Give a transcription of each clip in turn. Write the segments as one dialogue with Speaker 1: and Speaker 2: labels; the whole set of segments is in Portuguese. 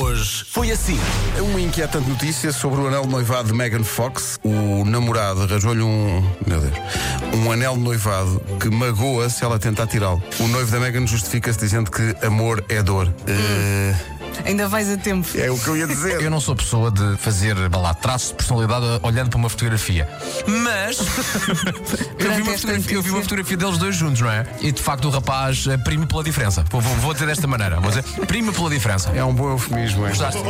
Speaker 1: Hoje foi assim.
Speaker 2: Uma inquietante notícia sobre o anel de noivado de Megan Fox. O namorado arranjou-lhe um. Meu Deus. Um anel de noivado que magoa se ela tentar tirá-lo. O noivo da Megan justifica-se dizendo que amor é dor. Eh,
Speaker 3: Hum. Ainda vais a tempo.
Speaker 2: é o que eu ia dizer.
Speaker 4: Eu não sou pessoa de fazer vá lá, traços de personalidade olhando para uma fotografia. Mas eu, vi
Speaker 3: Durante
Speaker 4: uma
Speaker 3: esta
Speaker 4: fotografia, eu vi uma
Speaker 3: notícia.
Speaker 4: fotografia deles dois juntos, não é? E de facto o rapaz eh, prime pela diferença. Vou, vou- vou dizer desta maneira, vou dizer prime pela diferença.
Speaker 2: É um bom eufemismo, é?
Speaker 4: Gostaste?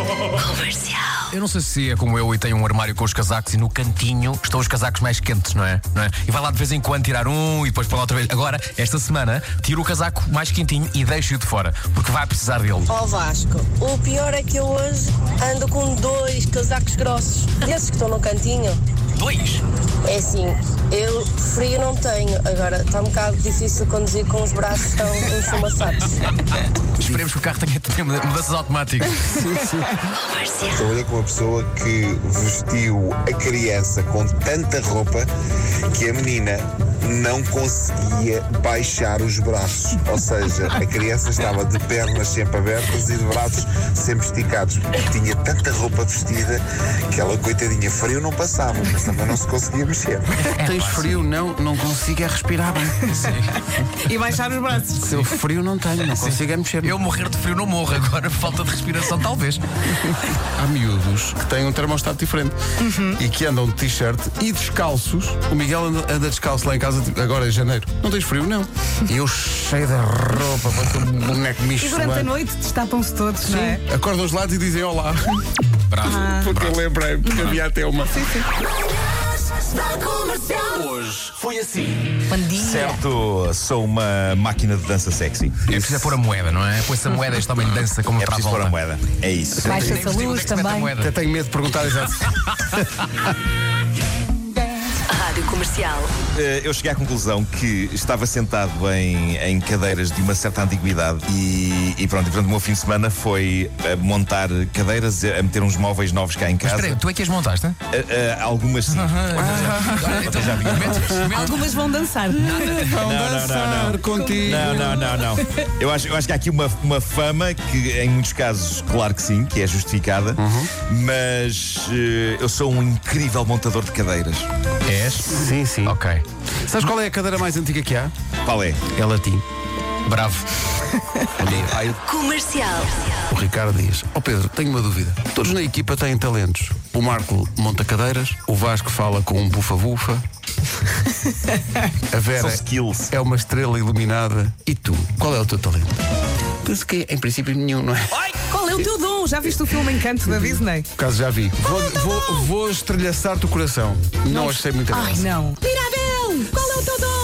Speaker 4: Eu não sei se é como eu e tenho um armário com os casacos e no cantinho estão os casacos mais quentes, não é? Não é? E vai lá de vez em quando tirar um e depois põe lá outra vez. Agora, esta semana, tiro o casaco mais quentinho e deixo-o de fora, porque vai precisar dele.
Speaker 5: Ó Vasco, o pior é que eu hoje ando com dois casacos grossos, desses que estão no cantinho.
Speaker 4: Dois!
Speaker 5: É assim, eu frio não tenho, agora está um bocado difícil conduzir com os braços tão enfumaçados.
Speaker 4: Esperemos que o carro tenha tenha mudanças automáticas.
Speaker 6: Trabalhei com uma pessoa que vestiu a criança com tanta roupa que a menina não conseguia baixar os braços. Ou seja, a criança estava de pernas sempre abertas e de braços sempre esticados. Tinha tanta roupa vestida que ela, coitadinha, frio não passava, mas também não se conseguia mexer.
Speaker 3: É
Speaker 2: Tens frio? Não, não consigo é respirar bem.
Speaker 3: E baixar os braços.
Speaker 2: Eu frio não tenho, não consigo é mexer.
Speaker 4: Eu morrer de frio não morro agora, falta de respiração talvez.
Speaker 2: Há miúdos que têm um termostato diferente
Speaker 3: Uhum.
Speaker 2: e que andam de t-shirt e descalços. O Miguel anda, anda descalço lá em casa tipo, agora em janeiro. Não tens frio, não? E eu cheio da roupa, parece um boneco
Speaker 3: E
Speaker 2: misto.
Speaker 3: durante a noite destapam-se todos, não é?
Speaker 2: Acordam os lados e dizem olá.
Speaker 4: Bravo.
Speaker 7: Ah.
Speaker 3: Ah.
Speaker 2: Porque eu lembrei, porque havia até uma.
Speaker 1: Hoje foi assim.
Speaker 3: Bom dia.
Speaker 7: Certo, sou uma máquina de dança sexy.
Speaker 4: É preciso é pôr a moeda, não é? Põe-se a moeda, este homem dança como
Speaker 7: É preciso pôr a
Speaker 4: Travolta.
Speaker 7: moeda. É isso.
Speaker 3: Baixa-se a luz também.
Speaker 2: Até tenho medo de perguntar exato.
Speaker 8: Rádio Comercial.
Speaker 7: Eh, Eu cheguei à conclusão que estava sentado em, em cadeiras de uma certa antiguidade e, e pronto, e portanto o meu fim de semana foi a montar cadeiras, eh, a meter uns móveis novos cá em
Speaker 4: Mas
Speaker 7: casa.
Speaker 4: espera aí, tu é que as montaste? hein?
Speaker 7: Eh, eh, algumas sim.
Speaker 4: Então, metes- metes-
Speaker 3: Algumas vão dançar.
Speaker 2: Vão
Speaker 7: não, não,
Speaker 2: dançar
Speaker 7: não.
Speaker 2: contigo.
Speaker 7: Não, não, não, não. Eu acho, eu acho que há aqui uma, uma fama que, em muitos casos, claro que sim, que é justificada,
Speaker 4: Uhum.
Speaker 7: mas eh, eu sou um incrível montador de cadeiras.
Speaker 4: És?
Speaker 2: Sim, sim.
Speaker 4: Ok.
Speaker 2: Sabes qual é a cadeira mais antiga que há?
Speaker 7: Qual é?
Speaker 2: É latim.
Speaker 4: Bravo. Ah,
Speaker 8: Comercial.
Speaker 2: O Ricardo diz: Ó Pedro, tenho uma dúvida. Todos na equipa têm talentos. O Marco monta cadeiras, o Vasco fala com um bufa-bufa, a Vera
Speaker 7: São skills.
Speaker 2: é uma estrela iluminada. E tu, qual é o teu talento? Penso que em princípio nenhum, não é?
Speaker 3: Qual é o teu dom? Já viste o filme Encanto da Disney?
Speaker 2: Por caso já vi. Vou, vou, vou estrelhaçar-te o coração. Não achei muito
Speaker 3: Ai, não. Mirabel! Qual é o teu dom?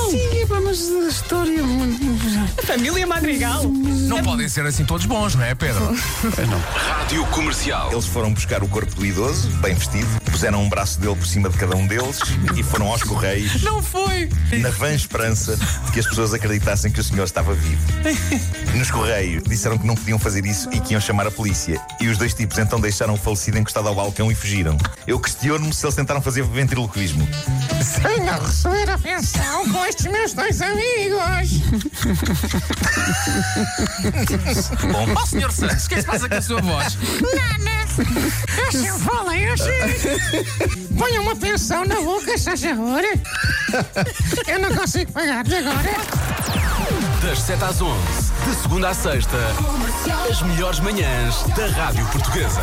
Speaker 2: mas a história. é
Speaker 3: Família Madrigal.
Speaker 4: Não podem ser assim todos bons, não é, Pedro?
Speaker 1: Rádio Comercial.
Speaker 7: Eles foram buscar o corpo do idoso, bem vestido, puseram um braço dele por cima de cada um deles e foram aos correios,
Speaker 3: Não foi.
Speaker 7: na vã esperança de que as pessoas acreditassem que o senhor estava vivo. Nos correios disseram que não podiam fazer isso e que iam chamar a polícia. E os dois tipos então deixaram o falecido encostado ao balcão e fugiram. Eu questiono-me se eles tentaram fazer ventriloquismo.
Speaker 9: Sem não receber a pensão com estes meus dois amigos.
Speaker 7: Bom,
Speaker 4: Ó, senhor Santos, o que é que se passa com a sua voz?
Speaker 9: Eles se falem assim. Ponham uma pensão na boca, se faz favor. Eu não consigo pagar-lhe agora.
Speaker 1: Das 7 às 11, de segunda à sexta, as melhores manhãs da Rádio Portuguesa.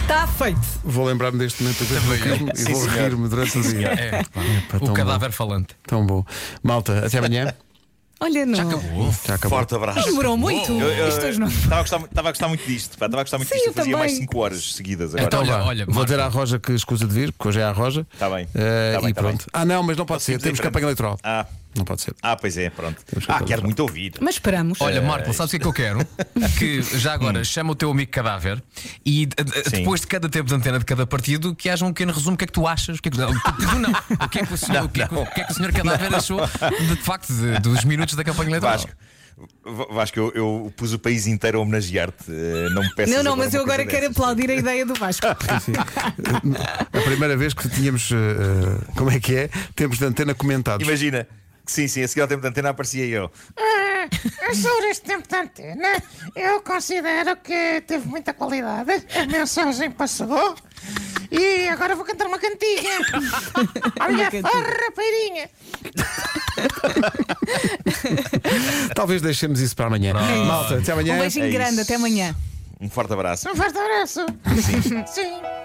Speaker 3: Está feito.
Speaker 2: Vou lembrar-me deste momento do
Speaker 4: Também eu.
Speaker 2: Ricardo e
Speaker 7: Sim,
Speaker 2: vou
Speaker 7: senhor.
Speaker 2: rir-me durante o dia.
Speaker 4: É,
Speaker 2: Pá, tão
Speaker 4: o
Speaker 2: bom,
Speaker 4: cadáver falante.
Speaker 2: Tão bom. Malta, até amanhã.
Speaker 3: Olha, não.
Speaker 2: Já acabou.
Speaker 7: forte abraço.
Speaker 3: Não demorou muito.
Speaker 7: Eu- eu-
Speaker 3: Isto hoje não.
Speaker 7: Estava a gostar mu- estava a gostar muito disto. pá, Estava a gostar muito
Speaker 3: Sim,
Speaker 7: disto.
Speaker 3: eu
Speaker 7: Eu fazia mais
Speaker 3: também.
Speaker 7: 5 horas seguidas agora.
Speaker 2: Então
Speaker 4: Olha,
Speaker 2: vá,
Speaker 4: olha,
Speaker 2: vou
Speaker 4: Marco.
Speaker 2: dizer à Roja que escusa de vir, porque hoje é à Roja.
Speaker 7: Está Tá bem.
Speaker 2: Eh,
Speaker 7: Está bem,
Speaker 2: e
Speaker 7: está
Speaker 2: pronto. Ah, não, mas não pode ser.
Speaker 7: Seguimos
Speaker 2: Temos
Speaker 7: em
Speaker 2: campanha
Speaker 7: frente.
Speaker 2: eleitoral.
Speaker 7: Ah,
Speaker 2: Não pode ser.
Speaker 7: ah, pois é, pronto.
Speaker 2: Temos que
Speaker 7: Ah,
Speaker 2: fazer
Speaker 7: quero
Speaker 2: já.
Speaker 7: muito ouvir.
Speaker 3: Mas esperamos.
Speaker 4: Olha, Marco, sabes o que é que eu quero? Que já agora chama o teu amigo cadáver e eh, eh,
Speaker 7: Hum. Sim.
Speaker 4: depois de cada tempo de antena de cada partido que haja um pequeno resumo. O que é que tu achas? O que é que, não, tu não. O que é que o senhor, o que é que- o que é que o senhor cadáver achou de, de facto de- dos minutos da campanha eleitoral?
Speaker 7: Vasco. V- Vasco, eu, eu pus o país inteiro a homenagear-te. eh, Não me peças
Speaker 3: Não, não, mas
Speaker 7: uma
Speaker 3: eu agora
Speaker 7: coisa
Speaker 3: quero
Speaker 7: dessas.
Speaker 3: aplaudir a ideia do Vasco.
Speaker 2: A primeira vez que tínhamos, eh, eh, como é que é? Temos de antena comentados.
Speaker 7: Imagina. que Sim, sim, a seguir ao tempo da antena aparecia eu.
Speaker 9: Sobre Ah, este tempo de antena, eu considero que teve muita qualidade. A mensagem passou. E agora vou cantar uma cantiga. Olha, oh,
Speaker 3: cantiga.
Speaker 9: farra, peirinha.
Speaker 2: Talvez deixemos isso para amanhã. Malta, até amanhã.
Speaker 3: Um beijinho
Speaker 7: É
Speaker 3: grande,
Speaker 7: isso.
Speaker 3: até amanhã.
Speaker 7: Um forte abraço.
Speaker 9: Um forte abraço. Sim.